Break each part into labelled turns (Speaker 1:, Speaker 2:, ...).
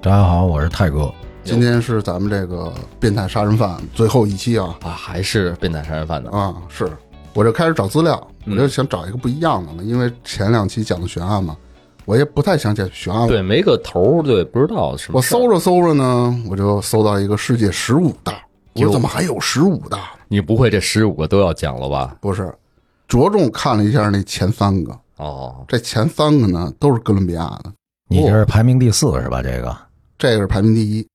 Speaker 1: 大家好，我是泰哥。
Speaker 2: 今天是咱们这个变态杀人犯最后一期啊
Speaker 3: 啊，还是变态杀人犯呢？
Speaker 2: 啊！是我就开始找资料，我就想找一个不一样的嘛，因为前两期讲的悬案嘛，我也不太想讲悬案。
Speaker 3: 对，没个头儿，对，不知道什么
Speaker 2: 我
Speaker 3: 事儿。
Speaker 2: 搜着搜着呢，我就搜到一个世界十五大，我说怎么还有十五大？
Speaker 3: 你不会这十五个都要讲了吧？
Speaker 2: 不是，着重看了一下那前三个，
Speaker 3: 哦，
Speaker 2: 这前三个呢都是哥伦比亚的，
Speaker 1: 你这是排名第四是吧？这个，
Speaker 2: 这个是排名第一。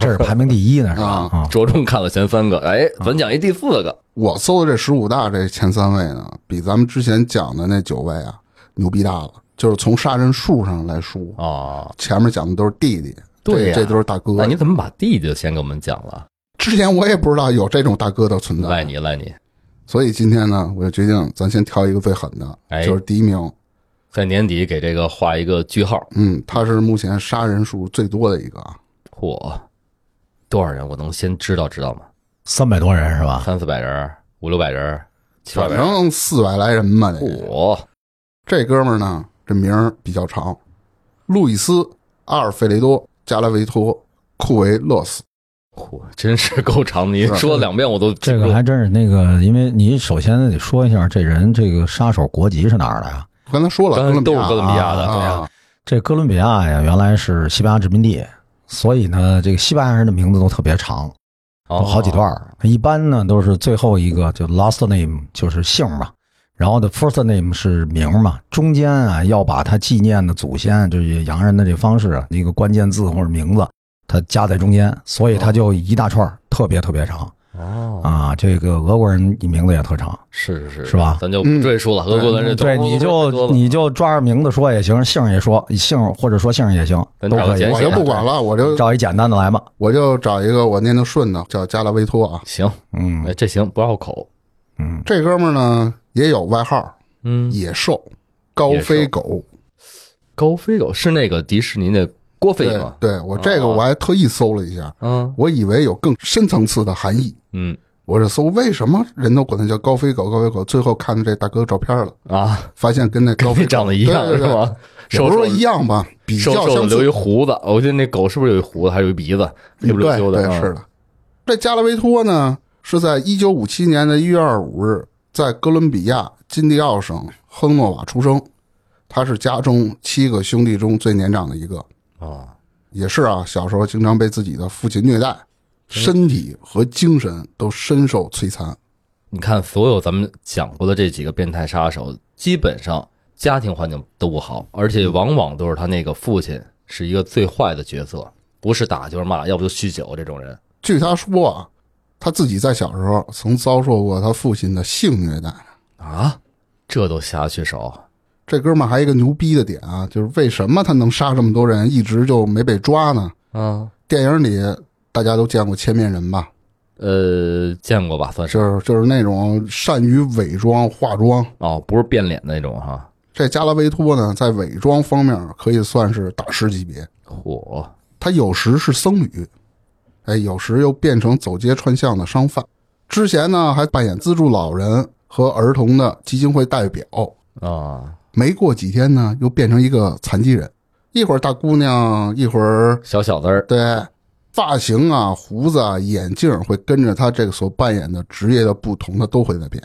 Speaker 1: 这是排名第一呢是吧？
Speaker 2: 啊
Speaker 1: 啊，
Speaker 3: 着重看了前三个，哎，咱讲一第四个，
Speaker 2: 我搜的这十五大这前三位呢，比咱们之前讲的那九位啊牛逼大了，就是从杀人数上来说
Speaker 3: 哦，
Speaker 2: 前面讲的都是弟弟，
Speaker 3: 对呀
Speaker 2: 这这都是大哥
Speaker 3: 那。你怎么把弟弟先给我们讲了？
Speaker 2: 之前我也不知道有这种大哥的存
Speaker 3: 赖
Speaker 2: 在，
Speaker 3: 你，赖你，
Speaker 2: 所以今天呢，我就决定咱先挑一个最狠的，
Speaker 3: 哎
Speaker 2: 就是第一名。
Speaker 3: 在年底给这个画一个句号。
Speaker 2: 嗯，他是目前杀人数最多的一个啊。
Speaker 3: 嚯，多少人？我能先知道知道吗？
Speaker 1: 三百多人是吧？
Speaker 3: 三四百人儿，五六百人儿，七八
Speaker 2: 反
Speaker 3: 百人儿。
Speaker 2: 正四百来人吧，得。
Speaker 3: 嚯，
Speaker 2: 这哥们儿呢，这名儿比较长，路易斯·阿尔费雷多·加拉维托·库维勒斯。
Speaker 3: 嚯，真是够长的！你说两遍我都
Speaker 1: 啊这个还真是那个，因为你首先得说一下这人这个杀手国籍是哪儿的呀？
Speaker 2: 刚才说了，
Speaker 3: 刚才
Speaker 2: 哥
Speaker 3: 都是哥
Speaker 2: 伦
Speaker 3: 伦
Speaker 2: 比
Speaker 3: 比
Speaker 2: 亚
Speaker 3: 亚的，对呀
Speaker 2: 啊，
Speaker 1: 这哥伦比亚呀，原来是西班牙殖民地，所以呢，这个西班牙人的名字都特别长，
Speaker 3: 哦
Speaker 1: 有好几段儿。一般呢都是最后一个就 last name 就是姓嘛，然后的 first name 是名嘛，中间啊要把他纪念的祖先，就是洋人的这方式啊，一个关键字或者名字，它加在中间，所以它就一大串儿，特别特别长
Speaker 3: 哦，
Speaker 1: 啊。这个俄国人名字也特长，
Speaker 3: 是是
Speaker 1: 是吧
Speaker 3: 咱就不赘述了。俄国人
Speaker 2: 嗯
Speaker 3: 这
Speaker 1: 对，你就你就抓着名字说也行，姓儿也说，姓儿或者说姓儿也行，
Speaker 3: 咱
Speaker 1: 都
Speaker 3: 找个
Speaker 1: 可以
Speaker 3: 简。
Speaker 2: 我
Speaker 3: 写
Speaker 2: 就
Speaker 3: 的
Speaker 2: 不管 了，我就
Speaker 1: 找一简单的来吧，
Speaker 2: 我就找一个我念得顺的，叫加拉维托啊。
Speaker 3: 行，
Speaker 1: 嗯
Speaker 3: 哎，这行不绕口。
Speaker 1: 嗯，
Speaker 2: 这哥们儿呢也有外号“
Speaker 3: 嗯，
Speaker 2: 野兽”“高飞狗
Speaker 3: 高飞狗是那个迪士尼那郭”飞
Speaker 2: 对。
Speaker 3: 吗？
Speaker 2: 对我这个我还特意搜了一下，
Speaker 3: 嗯
Speaker 2: 我以为有更深层次的含义。
Speaker 3: 嗯
Speaker 2: 我是搜为什么人都管他叫高飞狗，高飞狗。最后看到这大哥照片了，
Speaker 3: 啊，
Speaker 2: 发现跟那高
Speaker 3: 跟
Speaker 2: 飞
Speaker 3: 你
Speaker 2: 狗
Speaker 3: 长得一样
Speaker 2: 对对
Speaker 3: 是
Speaker 2: 对
Speaker 3: 吗？
Speaker 2: 也
Speaker 3: 瘦
Speaker 2: 不是
Speaker 3: 瘦
Speaker 2: 说一样吧，比
Speaker 3: 瘦
Speaker 2: 较
Speaker 3: 瘦的
Speaker 2: 相
Speaker 3: 留
Speaker 2: 似。
Speaker 3: 一胡子，我觉得那狗是不是有一胡子，还有一鼻子，
Speaker 2: 对
Speaker 3: 溜不溜秋的？
Speaker 2: 对，是
Speaker 3: 嗯
Speaker 2: 的。这加拉维托呢，是在一九五七年的一月二十五日，在哥伦比亚金迪奥省亨诺瓦出生。他是家中七个兄弟中最年长的一个。
Speaker 3: 啊，嗯
Speaker 2: 也是啊，小时候经常被自己的父亲虐待，身体和精神都深受摧残。
Speaker 3: 你看所有咱们讲过的这几个变态杀手，基本上家庭环境都不好，而且往往都是他那个父亲是一个最坏的角色，不是打就是骂，要不就酗酒这种人。
Speaker 2: 据他说啊，他自己在小时候曾遭受过他父亲的性虐待。
Speaker 3: 啊，这都下得去手？
Speaker 2: 这哥们儿还有一个牛逼的点啊，就是为什么他能杀这么多人，一直就没被抓呢？
Speaker 3: 啊，
Speaker 2: 电影里大家都见过千面人吧，
Speaker 3: 呃，见过吧，算是
Speaker 2: 就是就是那种善于伪装、化妆。
Speaker 3: 哦，不是变脸那种哈。
Speaker 2: 这加拉维托呢，在伪装方面可以算是大师级别。
Speaker 3: 嚯，
Speaker 2: 他有时是僧侣，哎，有时又变成走街串巷的商贩。之前呢，还扮演资助老人和儿童的基金会代表。
Speaker 3: 啊，
Speaker 2: 没过几天呢，又变成一个残疾人，一会儿大姑娘，一会儿
Speaker 3: 小小子儿，
Speaker 2: 对发型啊、胡子啊、眼镜会跟着他这个所扮演的职业的不同，他都会在变。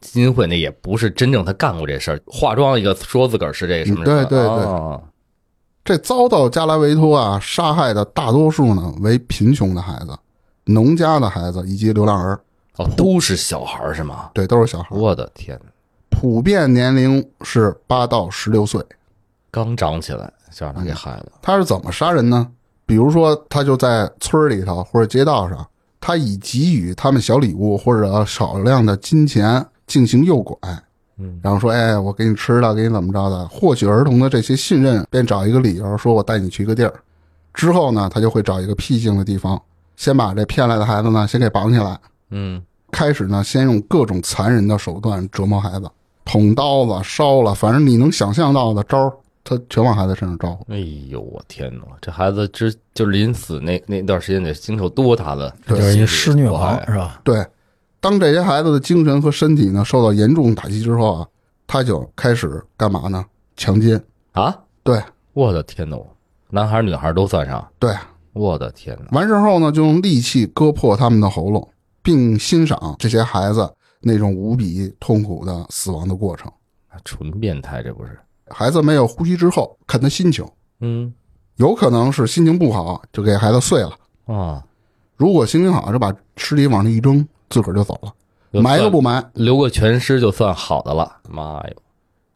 Speaker 3: 基金会那也不是真正他干过这事儿，化妆一个说自个儿是这个什么
Speaker 2: 嗯
Speaker 3: 什么的，
Speaker 2: 对对对
Speaker 3: 哦
Speaker 2: 这遭到加拉维托啊杀害的大多数呢为贫穷的孩子、农家的孩子以及流浪儿，
Speaker 3: 哦，都是小孩儿是吗？
Speaker 2: 对，都是小孩儿。
Speaker 3: 我的天，
Speaker 2: 普遍年龄是八到十六岁。
Speaker 3: 刚长起来就让他给害了，
Speaker 2: 他是怎么杀人呢？比如说，他就在村儿里头或者街道上，他以给予他们小礼物或者少量的金钱进行诱拐，
Speaker 3: 嗯，
Speaker 2: 然后说：“哎，我给你吃的，给你怎么着的？”获取儿童的这些信任，便找一个理由说：“我带你去一个地儿。”之后呢，他就会找一个僻静的地方，先把这骗来的孩子呢先给绑起来，
Speaker 3: 嗯
Speaker 2: 开始呢先用各种残忍的手段折磨孩子，捅刀子、烧了，反正你能想象到的招儿，他全往孩子身上招呼。
Speaker 3: 哎呦，我天哪！这孩子之就临死那那段时间得经受多大的
Speaker 2: 对
Speaker 1: 就是一
Speaker 3: 心
Speaker 1: 施
Speaker 3: 理
Speaker 1: 虐
Speaker 3: 不
Speaker 1: 狂
Speaker 3: 安
Speaker 1: 是吧？
Speaker 2: 对，当这些孩子的精神和身体呢受到严重打击之后啊，他就开始干嘛呢？强奸。
Speaker 3: 啊！
Speaker 2: 对
Speaker 3: 我的天哪，男孩儿女孩儿都算上。
Speaker 2: 对，
Speaker 3: 我的天哪！
Speaker 2: 完事后呢，就用利器割破他们的喉咙，并欣赏这些孩子那种无比痛苦的死亡的过程。
Speaker 3: 纯变态，这不是？
Speaker 2: 孩子没有呼吸之后，看他心情，
Speaker 3: 嗯
Speaker 2: 有可能是心情不好，就给孩子碎了；
Speaker 3: 啊，
Speaker 2: 如果心情好，就把尸体往那一扔，自个儿就走了，
Speaker 3: 就
Speaker 2: 埋都
Speaker 3: 算
Speaker 2: 不埋。
Speaker 3: 留个全尸就算好的了。妈呀！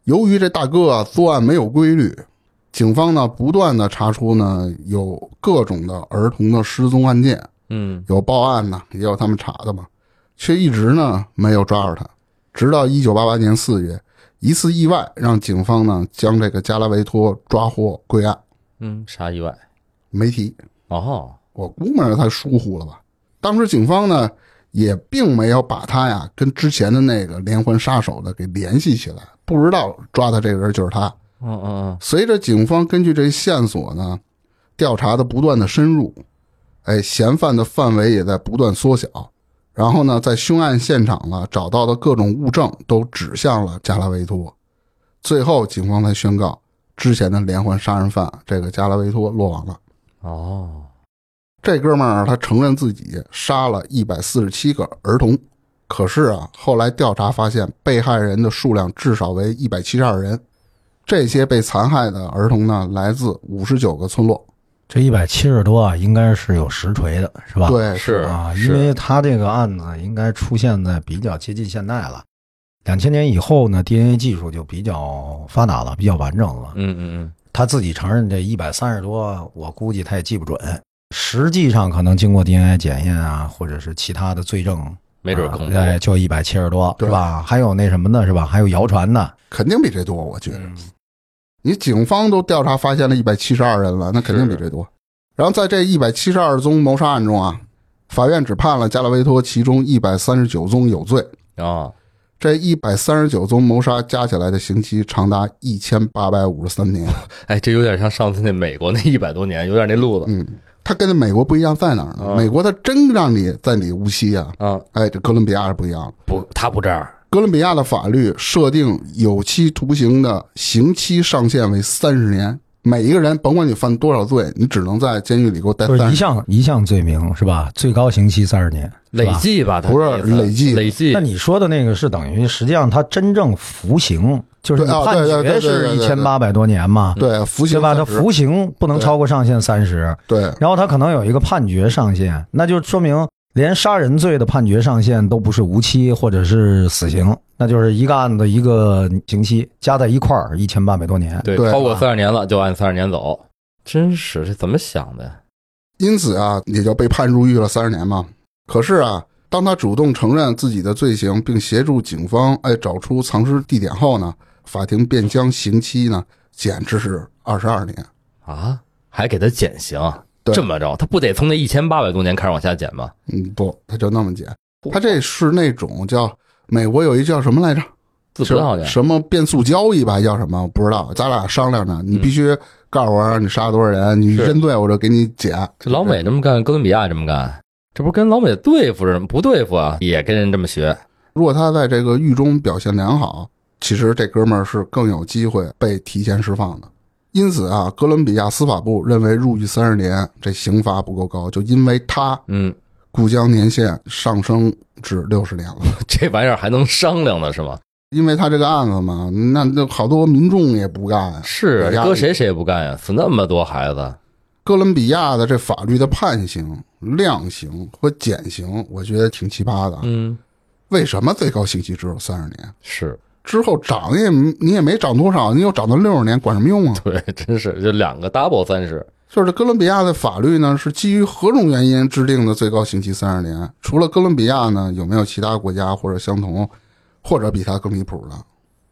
Speaker 2: 由于这大哥啊作案没有规律，警方呢不断的查出呢有各种的儿童的失踪案件，
Speaker 3: 嗯，
Speaker 2: 有报案呐，也有他们查的嘛，却一直呢没有抓着他。直到一九八八年四月，一次意外让警方呢将这个加拉维托抓获归案。
Speaker 3: 嗯，啥意外？
Speaker 2: 没提，
Speaker 3: 哦，
Speaker 2: 我估摸着他疏忽了吧。当时警方呢也并没有把他呀跟之前的那个连环杀手的给联系起来，不知道抓的这个人就是他。
Speaker 3: 嗯嗯嗯，
Speaker 2: 随着警方根据这线索呢，调查的不断的深入，哎，嫌犯的范围也在不断缩小。然后呢，在凶案现场了找到的各种物证都指向了加拉维托，最后警方才宣告之前的连环杀人犯这个加拉维托落网了。
Speaker 3: 哦，
Speaker 2: 这哥们儿他承认自己杀了一百四十七个儿童，可是啊，后来调查发现，被害人的数量至少为一百七十二人。这些被残害的儿童呢，来自五十九个村落。
Speaker 1: 这一百七十多啊，应该是有实锤的，是吧？
Speaker 2: 对，
Speaker 3: 是
Speaker 1: 啊，
Speaker 3: 是
Speaker 1: 因为他这个案子应该出现在比较接近现代了。两千年以后呢，DNA 技术就比较发达了，比较完整了。
Speaker 3: 嗯嗯
Speaker 1: 他自己承认这一百三十多，我估计他也记不准。实际上，可能经过 DNA 检验啊，或者是其他的罪证，
Speaker 3: 嗯，没准儿更
Speaker 1: 啊
Speaker 3: 多、
Speaker 1: 哎，就一百七十多，
Speaker 2: 对
Speaker 1: 是吧？还有那什么呢，是吧？还有谣传呢，
Speaker 2: 肯定比这多，我觉得。
Speaker 1: 嗯
Speaker 3: 嗯
Speaker 2: 你警方都调查发现了一百七十二人了，那肯定比这多。然后在这一百七十二宗谋杀案中啊，法院只判了加拉维托其中一百三十九宗有罪，
Speaker 3: 啊，
Speaker 2: 这一百三十九宗谋杀加起来的刑期长达一千八百五十三年。
Speaker 3: 哎，这有点像上次那美国那一百多年，有点那路子。
Speaker 2: 嗯，它跟美国不一样在哪儿呢？
Speaker 3: 啊
Speaker 2: 美国它真让你在你无期啊，
Speaker 3: 啊，
Speaker 2: 哎，这哥伦比亚是不一样的。
Speaker 3: 不，他不这样。
Speaker 2: 哥伦比亚的法律设定有期徒刑的刑期上限为三十年，每一个人甭管你犯多少罪，你只能在监狱里给我待
Speaker 1: 就是
Speaker 2: 三
Speaker 1: 一
Speaker 2: 十。
Speaker 1: 项一项罪名，是吧？最高刑期三十年，是
Speaker 3: 累
Speaker 1: 吧
Speaker 3: 计吧，他
Speaker 2: 不是
Speaker 3: 那意思
Speaker 2: 累计
Speaker 3: 累计
Speaker 1: 那。你说的那个是等于，实际上他真正服刑就是你
Speaker 2: 对啊
Speaker 1: 判
Speaker 2: 对对对
Speaker 1: 决
Speaker 2: 对
Speaker 1: 是
Speaker 2: 对
Speaker 1: 一
Speaker 2: 对
Speaker 1: 千八百多年嘛，
Speaker 2: 对，服刑
Speaker 1: 对吧？他
Speaker 2: 30
Speaker 1: 服刑不能超过上限三十，
Speaker 2: 对
Speaker 1: 然后他可能有一个判决上限，那就说明连杀人罪的判决上限都不是无期或者是死刑，那就是一个案子一个刑期加在一块儿一千八百多年。
Speaker 3: 对，
Speaker 2: 对
Speaker 3: 超过
Speaker 2: 啊
Speaker 3: 三十年了就按三十年走，真是这怎么想的呀？
Speaker 2: 因此啊，也就被判入狱了三十年嘛。可是啊，当他主动承认自己的罪行，并协助警方哎找出藏尸地点后呢，法庭便将刑期呢减至是二十二年。
Speaker 3: 啊，还给他减刑，
Speaker 2: 对
Speaker 3: 这么着，他不得从那一千八百多年开始往下减吗？
Speaker 2: 嗯，不，他就那么减。他这是那种叫美国有一叫什么来着？
Speaker 3: 自不
Speaker 2: 什
Speaker 3: 道去，
Speaker 2: 什么变速交易吧，叫什么不知道，咱俩商量着，你必须告诉我你杀了多少人，你
Speaker 3: 嗯是
Speaker 2: 认罪我就给你减。
Speaker 3: 这老美这么干，哥伦比亚这么干，这不是跟老美对付着吗？不对付啊，也跟人这么学。
Speaker 2: 如果他在这个狱中表现良好，其实这哥们儿是更有机会被提前释放的。因此啊，哥伦比亚司法部认为入狱三十年这刑罚不够高，就因为他
Speaker 3: 嗯，
Speaker 2: 故将年限上升至六十年了。
Speaker 3: 这玩意儿还能商量呢，是吗？
Speaker 2: 因为他这个案子嘛，那那好多民众也不干啊。
Speaker 3: 是
Speaker 2: 有
Speaker 3: 啊，
Speaker 2: 压力
Speaker 3: 搁谁谁也不干呀，死那么多孩子，
Speaker 2: 哥伦比亚的这法律的判刑、量刑和减刑，我觉得挺奇葩的啊。
Speaker 3: 嗯，
Speaker 2: 为什么最高刑期只有三十年？
Speaker 3: 是
Speaker 2: 之后涨也你也没涨多少，你又涨到六十年，管什么用啊？
Speaker 3: 对， 真是就两个 double 三十，
Speaker 2: 就是哥伦比亚的法律呢，是基于何种原因制定的最高刑期三十年？除了哥伦比亚呢，有没有其他国家或者相同，或者比它更离谱的？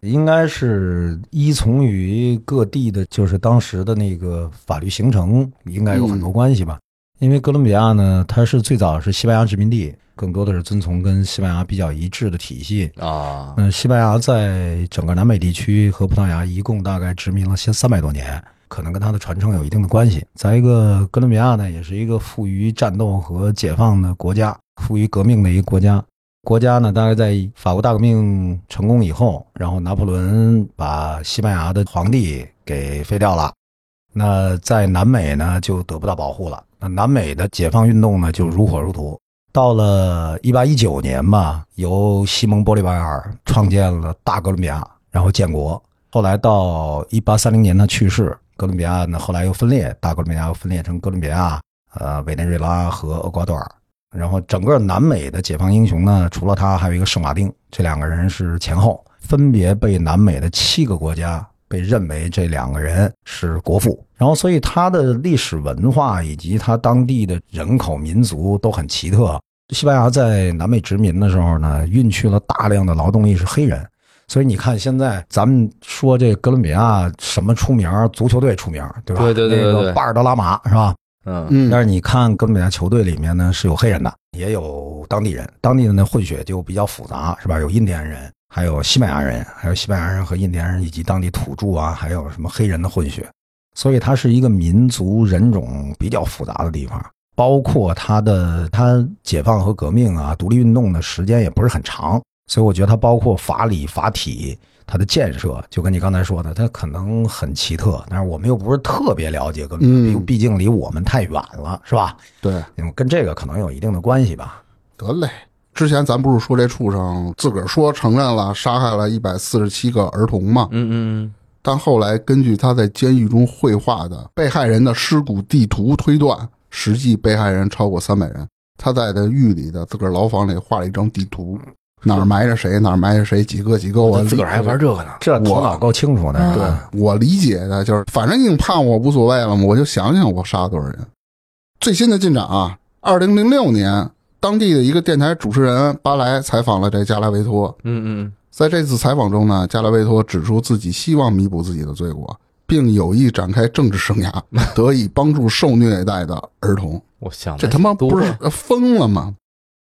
Speaker 1: 应该是依从于各地的，就是当时的那个法律形成，应该有很多关系吧。因为哥伦比亚呢，它是最早是西班牙殖民地，更多的是遵从跟西班牙比较一致的体系。
Speaker 3: 啊，
Speaker 1: 嗯，西班牙在整个南美地区和葡萄牙一共大概殖民了先三百多年，可能跟它的传承有一定的关系。再一个，哥伦比亚呢，也是一个富于战斗和解放的国家，富于革命的一个国家。国家呢，大概在法国大革命成功以后，然后拿破仑把西班牙的皇帝给废掉了，那在南美呢就得不到保护了。那南美的解放运动呢就如火如荼，到了一八一九年吧，由西蒙·玻利瓦尔创建了大哥伦比亚，然后建国。后来到一八三零年他去世，哥伦比亚呢后来又分裂，大哥伦比亚又分裂成哥伦比亚、呃委内瑞拉和厄瓜多尔。然后整个南美的解放英雄呢，除了他，还有一个圣马丁，这两个人是前后分别被南美的七个国家被认为这两个人是国父。然后，所以他的历史文化以及他当地的人口民族都很奇特。西班牙在南美殖民的时候呢，运去了大量的劳动力是黑人，所以你看现在咱们说这哥伦比亚什么出名儿，足球队出名儿，对吧？
Speaker 3: 对对对对
Speaker 1: 那
Speaker 3: 对
Speaker 1: 个巴尔德拉马是吧？
Speaker 3: 嗯
Speaker 2: 嗯
Speaker 1: 但是你看哥伦比亚球队里面呢是有黑人的，也有当地人，当地人的混血就比较复杂，是吧？有印第安人，还有西班牙人，还有西班牙人和印第安人以及当地土著啊，还有什么黑人的混血，所以它是一个民族人种比较复杂的地方。包括它的它解放和革命啊，独立运动的时间也不是很长，所以我觉得它包括法理、法体，它的建设，就跟你刚才说的，它可能很奇特，但是我们又不是特别了解哥伦比亚，
Speaker 2: 嗯
Speaker 1: 毕毕竟离我们太远了，是吧？
Speaker 2: 对，
Speaker 1: 嗯，跟这个可能有一定的关系吧。
Speaker 2: 得嘞。之前咱不是说这畜生自个儿说承认了杀害了一百四十七个儿童吗？
Speaker 3: 嗯嗯
Speaker 2: 但后来根据他在监狱中绘画的被害人的尸骨地图推断，实际被害人超过三百人。他在的狱里的自个儿牢房里画了一张地图，哪儿埋着谁，哪儿埋着谁，几个几个。我
Speaker 3: 嗯，
Speaker 2: 理
Speaker 3: 自个儿还玩这个呢，
Speaker 1: 这头脑够清楚的，
Speaker 2: 哎对，我理解的就是，反正硬判我无所谓了嘛，我就想想我杀了多少人。最新的进展啊，二零零六年，当地的一个电台主持人巴莱采访了这加拉维托，
Speaker 3: 嗯嗯
Speaker 2: 在这次采访中呢，加拉维托指出自己希望弥补自己的罪过，并有意展开政治生涯， 得以帮助受虐待的儿童。
Speaker 3: 嗯，我想
Speaker 2: 这
Speaker 3: 得
Speaker 2: 他妈
Speaker 3: 多
Speaker 2: 不是疯了吗？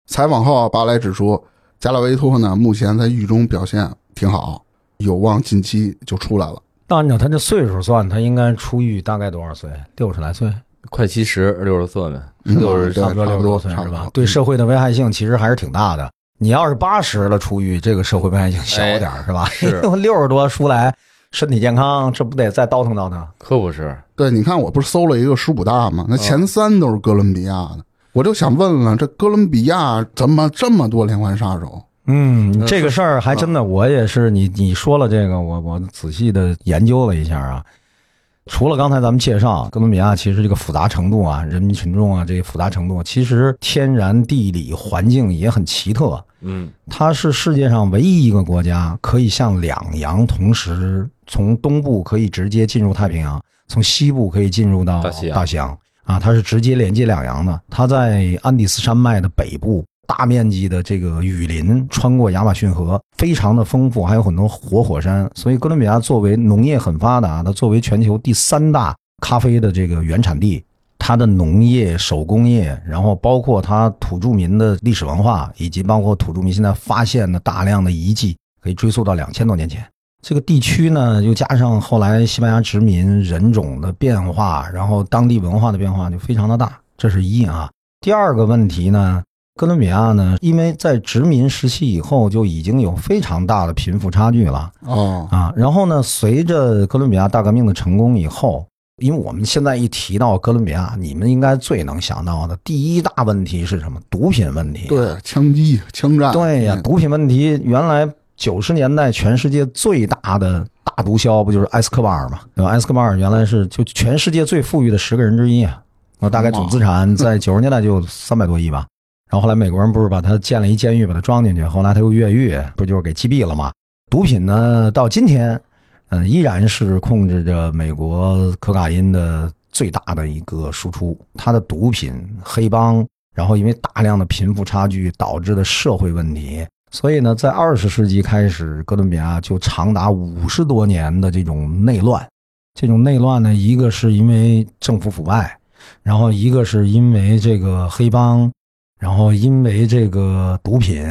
Speaker 2: 采访后，啊巴莱指出，加拉维托呢目前在狱中表现挺好，有望近期就出来了。
Speaker 1: 那按照他这岁数算，他应该出狱大概多少岁？六十来岁，
Speaker 3: 快七十六十岁呗，
Speaker 2: 嗯
Speaker 3: 六十
Speaker 2: 对
Speaker 1: 差不多
Speaker 2: 差
Speaker 1: 六
Speaker 2: 不
Speaker 1: 十
Speaker 2: 多
Speaker 1: 多岁
Speaker 2: 差
Speaker 1: 是
Speaker 2: 不
Speaker 1: 吧
Speaker 2: 多？
Speaker 1: 对社会的危害性其实还是挺大的。你要是八十了出狱，这个社会危害性小
Speaker 2: 哎
Speaker 1: 点儿、是吧？
Speaker 3: 是
Speaker 1: 六十多出来，身体健康，这不得再倒腾倒
Speaker 2: 嗯
Speaker 1: 腾？
Speaker 3: 可不是，
Speaker 2: 对，你看，我不是搜了一个十五大吗？那
Speaker 1: 嗯
Speaker 2: 前三都是哥伦比亚的，我就想问了，这哥伦比亚怎么这么多连环杀手？
Speaker 1: 嗯，这个事儿还真的，我也是你你说了这个，我我仔细的研究了一下啊。除了刚才咱们介绍，哥伦比亚其实这个复杂程度啊，人民群众啊，这个复杂程度，其实天然地理环境也很奇特。
Speaker 3: 嗯
Speaker 1: 它是世界上唯一一个国家可以向两洋同时从东部可以直接进入太平洋，从西部可以进入到
Speaker 3: 大西洋
Speaker 1: 大西洋啊，它是直接连接两洋的。它在安第斯山脉的北部，大面积的这个雨林穿过亚马逊河，非常的丰富，还有很多活火山。所以哥伦比亚作为农业很发达，它作为全球第三大咖啡的这个原产地，它的农业、手工业，然后包括它土著民的历史文化，以及包括土著民现在发现的大量的遗迹，可以追溯到两千多年前。这个地区呢，又加上后来西班牙殖民人种的变化，然后当地文化的变化就非常的大，这是一啊。第二个问题呢，哥伦比亚呢，因为在殖民时期以后就已经有非常大的贫富差距了，
Speaker 2: 哦，
Speaker 1: 啊，然后呢，随着哥伦比亚大革命的成功以后，因为我们现在一提到哥伦比亚，你们应该最能想到的第一大问题是什么？毒品问题。
Speaker 2: 对，枪击、枪战，
Speaker 1: 对呀、
Speaker 2: 嗯
Speaker 1: 毒品问题原来九十年代全世界最大的大毒枭不就是埃斯科巴尔嘛？对吧？埃斯科巴尔原来是就全世界最富裕的十个人之一啊，那大概总资产在九十年代就三百多亿吧。然后后来美国人不是把他建了一监狱，把他装进去，后来他又越狱，不就是给击毙了吗？毒品呢，到今天，嗯，依然是控制着美国可卡因的最大的一个输出。它的毒品黑帮，然后因为大量的贫富差距导致的社会问题，所以呢，在二十世纪开始，哥伦比亚就长达五十多年的这种内乱。这种内乱呢，一个是因为政府腐败，然后一个是因为这个黑帮，然后因为这个毒品，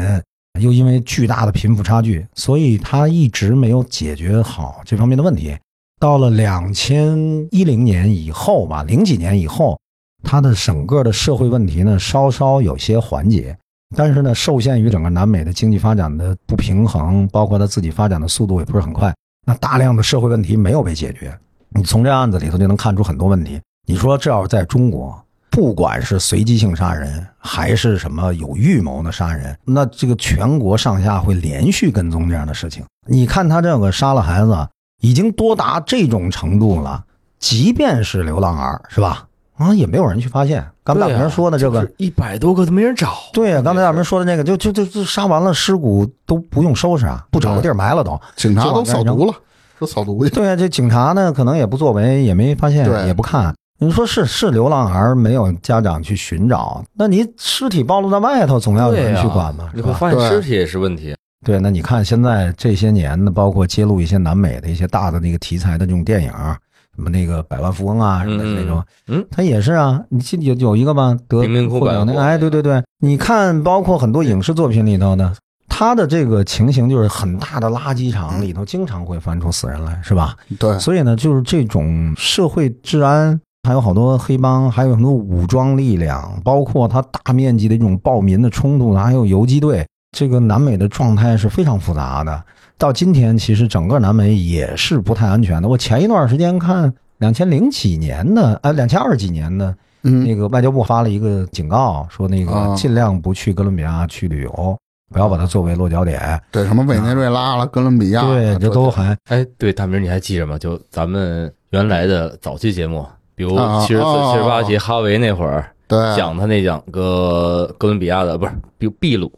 Speaker 1: 又因为巨大的贫富差距，所以他一直没有解决好这方面的问题。到了两千一零年以后吧，零几年以后，它的整个的社会问题呢稍稍有些缓解，但是呢，受限于整个南美的经济发展的不平衡，包括它自己发展的速度也不是很快，那大量的社会问题没有被解决。你从这案子里头就能看出很多问题。你说这要是在中国，不管是随机性杀人还是什么有预谋的杀人，那这个全国上下会连续跟踪这样的事情。你看他这个杀了孩子，已经多达这种程度了，即便是流浪儿，是吧？啊，也没有人去发现。刚才
Speaker 3: 啊
Speaker 1: 大明说的这个，
Speaker 3: 一百多个都没人找，
Speaker 1: 对呀、刚才大明说的那个，就就就就杀完了尸骨都不用收拾啊，不
Speaker 3: 嗯
Speaker 1: 找个地儿埋了都。
Speaker 2: 警察
Speaker 1: 就
Speaker 2: 都
Speaker 1: 往那儿
Speaker 2: 扫
Speaker 1: 扔
Speaker 2: 毒了，说扫毒去，
Speaker 1: 对啊，这警察呢，可能也不作为，也没发现，
Speaker 2: 对
Speaker 1: 也不看。你说是是流浪儿没有家长去寻找，那你尸体暴露在外头，总要有
Speaker 3: 对
Speaker 1: 人
Speaker 3: 呀
Speaker 1: 去管吧？
Speaker 3: 你
Speaker 1: 是
Speaker 3: 会
Speaker 1: 吧？
Speaker 3: 发现
Speaker 2: 对
Speaker 3: 尸体也是问题。
Speaker 1: 对，那你看现在这些年呢，包括揭露一些南美的一些大的那个题材的这种电影儿，什么那个百万富翁啊什么的那种，
Speaker 3: 嗯嗯
Speaker 1: 他也是啊，你记得有有一个吧，得
Speaker 3: 贫民窟
Speaker 1: 获奖那
Speaker 3: 百万
Speaker 1: 个，
Speaker 3: 富翁
Speaker 1: 哎，对对对，你看，包括很多影视作品里头呢，他的这个情形就是很大的垃圾场里头经常会翻出死人来，是吧？
Speaker 2: 对，
Speaker 1: 所以呢，就是这种社会治安，还有好多黑帮，还有很多武装力量，包括它大面积的这种暴民的冲突，还有游击队，这个南美的状态是非常复杂的。到今天，其实整个南美也是不太安全的。我前一段时间看两千零几年的，啊，两千二几年的那
Speaker 2: 嗯，
Speaker 1: 个外交部发了一个警告，说那
Speaker 2: 啊
Speaker 1: 个尽量不去哥伦比亚去旅游，不要把它作为落脚点。
Speaker 2: 对，什么委内瑞拉了、哥伦比亚了，
Speaker 1: 啊对，这都还
Speaker 3: 哎，对，大明，你还记着吗？就咱们原来的早期节目，比如
Speaker 2: 啊
Speaker 3: 七十四、
Speaker 2: 啊嗯
Speaker 3: 七十八
Speaker 2: 啊
Speaker 3: 集哈维那会儿，
Speaker 2: 对
Speaker 3: 讲他那两个哥伦比亚的，不是比秘鲁，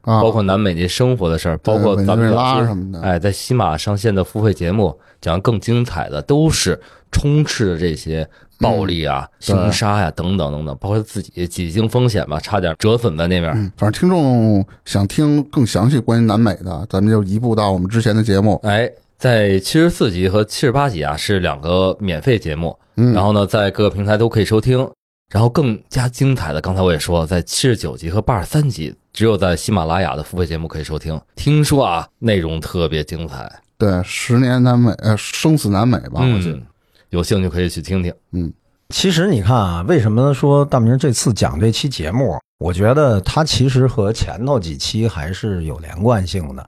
Speaker 2: 啊，
Speaker 3: 包括南美那生活的事儿，包括
Speaker 2: 对
Speaker 3: 咱
Speaker 2: 委内
Speaker 3: 们
Speaker 2: 瑞
Speaker 3: 早
Speaker 2: 拉
Speaker 3: 期
Speaker 2: 什么的，
Speaker 3: 哎，在喜马上线的付费节目讲更精彩的，都是充斥着这些暴力啊、
Speaker 2: 嗯对
Speaker 3: 凶杀呀、等等等等，包括自己几经风险吧，差点折损在那边。
Speaker 2: 嗯，反正听众想听更详细关于南美的，咱们就移步到我们之前的节目，
Speaker 3: 哎，在七十四集和七十八集啊是两个免费节目，
Speaker 2: 嗯，
Speaker 3: 然后呢，在各个平台都可以收听。然后更加精彩的，刚才我也说了，在七十九集和八十三集，只有在喜马拉雅的付费节目可以收听。听说啊，内容特别精彩，啊
Speaker 2: 对，十年南美，呃，生死南美吧，我觉得，
Speaker 3: 嗯，有兴趣可以去听听。
Speaker 1: 其实你看啊，为什么说大明这次讲这期节目，我觉得它其实和前头几期还是有连贯性的。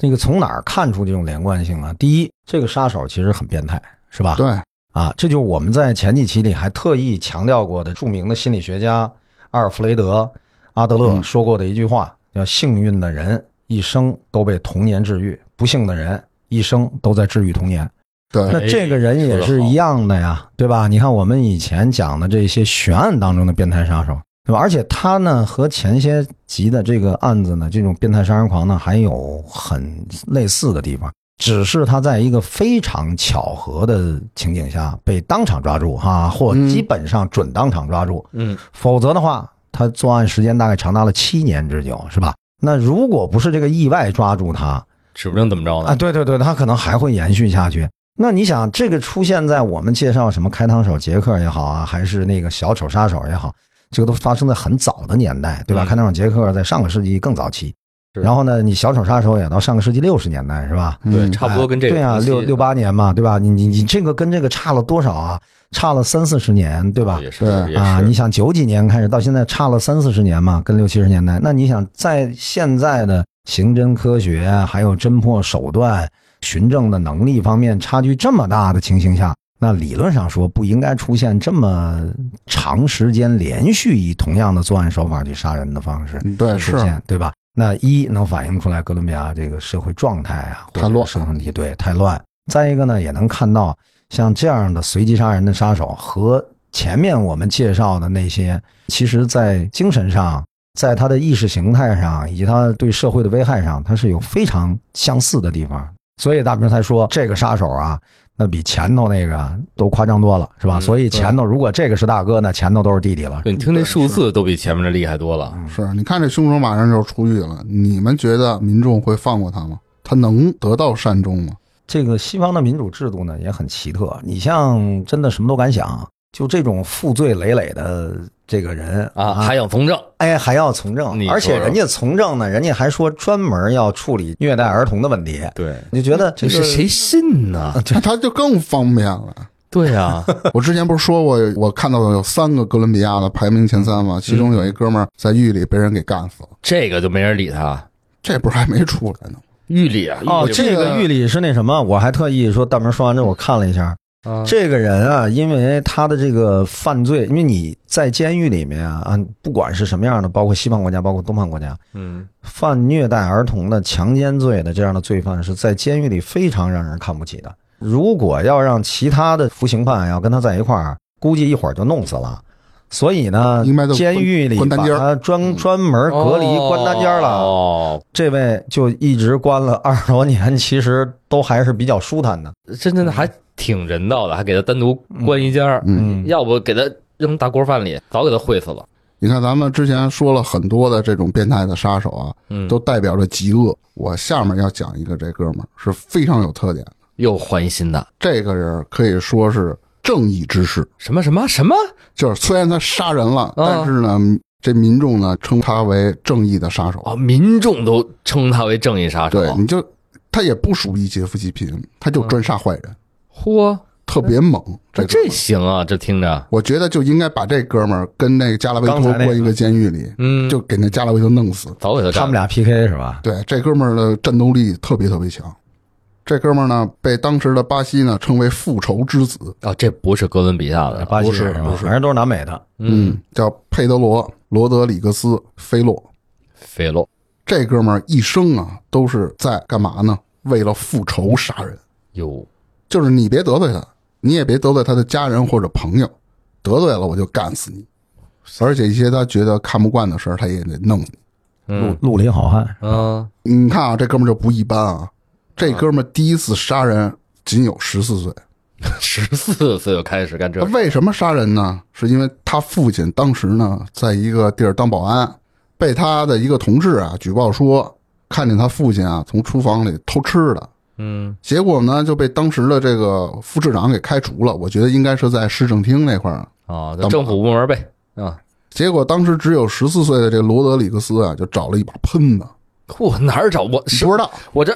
Speaker 1: 这个从哪儿看出这种连贯性呢？第一，这个杀手其实很变态，是吧？
Speaker 2: 对，
Speaker 1: 啊，这就是我们在前几期里还特意强调过的，著名的心理学家阿尔弗雷德·阿德勒
Speaker 2: 嗯
Speaker 1: 说过的一句话，叫“幸运的人一生都被童年治愈，不幸的人一生都在治愈童年”。
Speaker 2: 对，
Speaker 1: 那这个人也是一样的呀，对吧？你看我们以前讲的这些悬案当中的变态杀手，对吧？而且他呢和前些集的这个案子呢，这种变态杀人狂呢，还有很类似的地方，只是他在一个非常巧合的情景下被当场抓住哈、或
Speaker 2: 嗯
Speaker 1: 基本上准当场抓住，
Speaker 3: 嗯，
Speaker 1: 否则的话，他作案时间大概长达了七年之久，是吧？那如果不是这个意外抓住他，
Speaker 3: 指不定怎么着
Speaker 1: 啊，
Speaker 3: 呢。
Speaker 1: 对对对，它可能还会延续下去。那你想，这个出现在我们介绍什么开膛手杰克也好啊，还是那个小丑杀手也好，这个都发生在很早的年代，对吧？
Speaker 3: 嗯
Speaker 1: 开膛手杰克在上个世纪更早期，
Speaker 3: 是
Speaker 1: 然后呢，你小丑杀手也到上个世纪六十年代，是吧？
Speaker 3: 对，
Speaker 2: 嗯
Speaker 3: 差不多跟这个
Speaker 1: 对啊，
Speaker 3: 同期
Speaker 1: 六六八年嘛，对吧？你你你这个跟这个差了多少啊？差了三四十年，对吧？
Speaker 3: 也是
Speaker 2: 对
Speaker 3: 也
Speaker 1: 啊，
Speaker 3: 是
Speaker 1: 你想九几年开始到现在差了三四十年嘛，跟六七十年代，那你想在现在的刑侦科学还有侦破手段、寻证的能力方面差距这么大的情形下，那理论上说不应该出现这么长时间连续以同样的作案手法去杀人的方式
Speaker 2: 嗯对，是
Speaker 1: 出，现，对吧？那一能反映出来哥伦比亚这个社会状态啊，或者
Speaker 2: 太乱
Speaker 1: 是社会问题对太乱。再一个呢，也能看到像这样的随机杀人的杀手和前面我们介绍的那些，其实在精神上、在他的意识形态上以及他对社会的危害上，他是有非常相似的地方。所以大明才说，这个杀手啊，那比前头那个都夸张多了，是吧？
Speaker 3: 嗯
Speaker 1: 所以前头如果这个是大哥，那前头都是弟弟了。
Speaker 3: 对你听这数字都比前面的厉害多了。
Speaker 1: 嗯
Speaker 2: 是，你看这凶手马上就出狱了，你们觉得民众会放过他吗？他能得到善终吗？
Speaker 1: 这个西方的民主制度呢也很奇特，你像真的什么都敢想，就这种负罪累累的这个人
Speaker 3: 啊，还想从政，
Speaker 1: 哎，还要从政
Speaker 3: 你，说
Speaker 1: 而且
Speaker 3: 说
Speaker 1: 人家从政呢，人家还说专门要处理虐待儿童的问题，
Speaker 3: 对，
Speaker 1: 你就觉得
Speaker 3: 这
Speaker 1: 这
Speaker 3: 是
Speaker 1: 个
Speaker 3: 谁信
Speaker 1: 啊
Speaker 3: 呢？
Speaker 2: 那他就更方便了。
Speaker 3: 对啊，
Speaker 2: 我之前不是说过，我看到有三个哥伦比亚的排名前三吗？其中有一哥们儿在狱里被人给干死了，
Speaker 3: 这个就没人理他。
Speaker 2: 这不是还没出来呢吗？
Speaker 3: 狱里啊，
Speaker 1: 哦，
Speaker 3: 狱里
Speaker 1: 这个狱里是那什么，我还特意说大明说完之后我看了一下，
Speaker 3: 啊
Speaker 1: 这个人啊，因为他的这个犯罪，因为你在监狱里面啊，啊不管是什么样的，包括西方国家，包括东方国家，
Speaker 3: 嗯，
Speaker 1: 犯虐待儿童的、强奸罪的这样的罪犯是在监狱里非常让人看不起的。如果要让其他的服刑犯要跟他在一块儿，估计一会儿就弄死了。所以呢
Speaker 2: 啊应该都，
Speaker 1: 监狱里
Speaker 2: 关
Speaker 1: 把
Speaker 2: 关单间儿嗯
Speaker 1: 他专专门隔离关单间儿了。
Speaker 3: 哦，
Speaker 1: 这位就一直关了二十多年，其实都还是比较舒坦的。
Speaker 3: 真的还挺人道的，还给他单独关一间儿，
Speaker 1: 嗯，
Speaker 3: 要不给他扔大锅饭里，早给他烩死了。
Speaker 2: 你看，咱们之前说了很多的这种变态的杀手啊，
Speaker 3: 嗯，
Speaker 2: 都代表着极恶。我下面要讲一个，这哥们儿是非常有特点的。
Speaker 3: 又换一新的，
Speaker 2: 这个人可以说是正义之士，
Speaker 3: 什么什么什么？
Speaker 2: 就是虽然他杀人
Speaker 3: 哦
Speaker 2: 了，但是呢，这民众呢称他为正义的杀手。
Speaker 3: 哦，民众都称他为正义杀手。
Speaker 2: 对，你就他也不属于劫富济贫，他就专杀坏人，
Speaker 3: 嚯，
Speaker 2: 特别猛。这
Speaker 3: 嗯那
Speaker 2: 个
Speaker 3: 这行啊，这听着，
Speaker 2: 我觉得就应该把这哥们儿跟那个加拉维
Speaker 1: 刚才
Speaker 2: 托
Speaker 1: 那个
Speaker 2: 关一个监狱里，
Speaker 3: 嗯，
Speaker 2: 就给那加拉维托弄死。
Speaker 3: 早给他
Speaker 1: 他
Speaker 3: 干
Speaker 1: 们
Speaker 3: 了。
Speaker 1: 俩 PK 是吧？
Speaker 2: 对，这哥们儿的战斗力特别特别强。这哥们儿呢，被当时的巴西呢称为复仇之子，
Speaker 3: 哦，这不是哥伦比亚的，
Speaker 1: 巴西
Speaker 2: 不是
Speaker 1: 人啊吧
Speaker 2: 不是
Speaker 1: 反正都是南美的。
Speaker 3: 嗯，，
Speaker 2: 叫佩德罗·罗德里格斯·菲洛。
Speaker 3: 菲洛，
Speaker 2: 这哥们儿一生啊都是在干嘛呢？为了复仇杀人，
Speaker 3: 哟，
Speaker 2: 就是你别得罪他，你也别得罪他的家人或者朋友，得罪了我就干死你。而且一些他觉得看不惯的事儿，他也得弄你。
Speaker 1: 绿
Speaker 3: 嗯
Speaker 1: 绿林好汉，
Speaker 3: 嗯，
Speaker 2: 你看啊，这哥们儿就不一般啊！这哥们儿第一次杀人仅有十四岁，
Speaker 3: 嗯 十四岁就开始干这
Speaker 2: 他
Speaker 3: 个，
Speaker 2: 为什么杀人呢？是因为他父亲当时呢，在一个地儿当保安，被他的一个同事啊举报说，看见他父亲啊从厨房里偷吃的，
Speaker 3: 嗯
Speaker 2: 结果呢就被当时的这个副市长给开除了。我觉得应该是在市政厅那块儿。
Speaker 3: 啊，就政府部门呗，啊，
Speaker 2: 结果当时只有十四岁的这罗德里格斯啊，就找了一把喷子，
Speaker 3: 嚯，哪儿找我？是
Speaker 2: 不知道
Speaker 3: 我这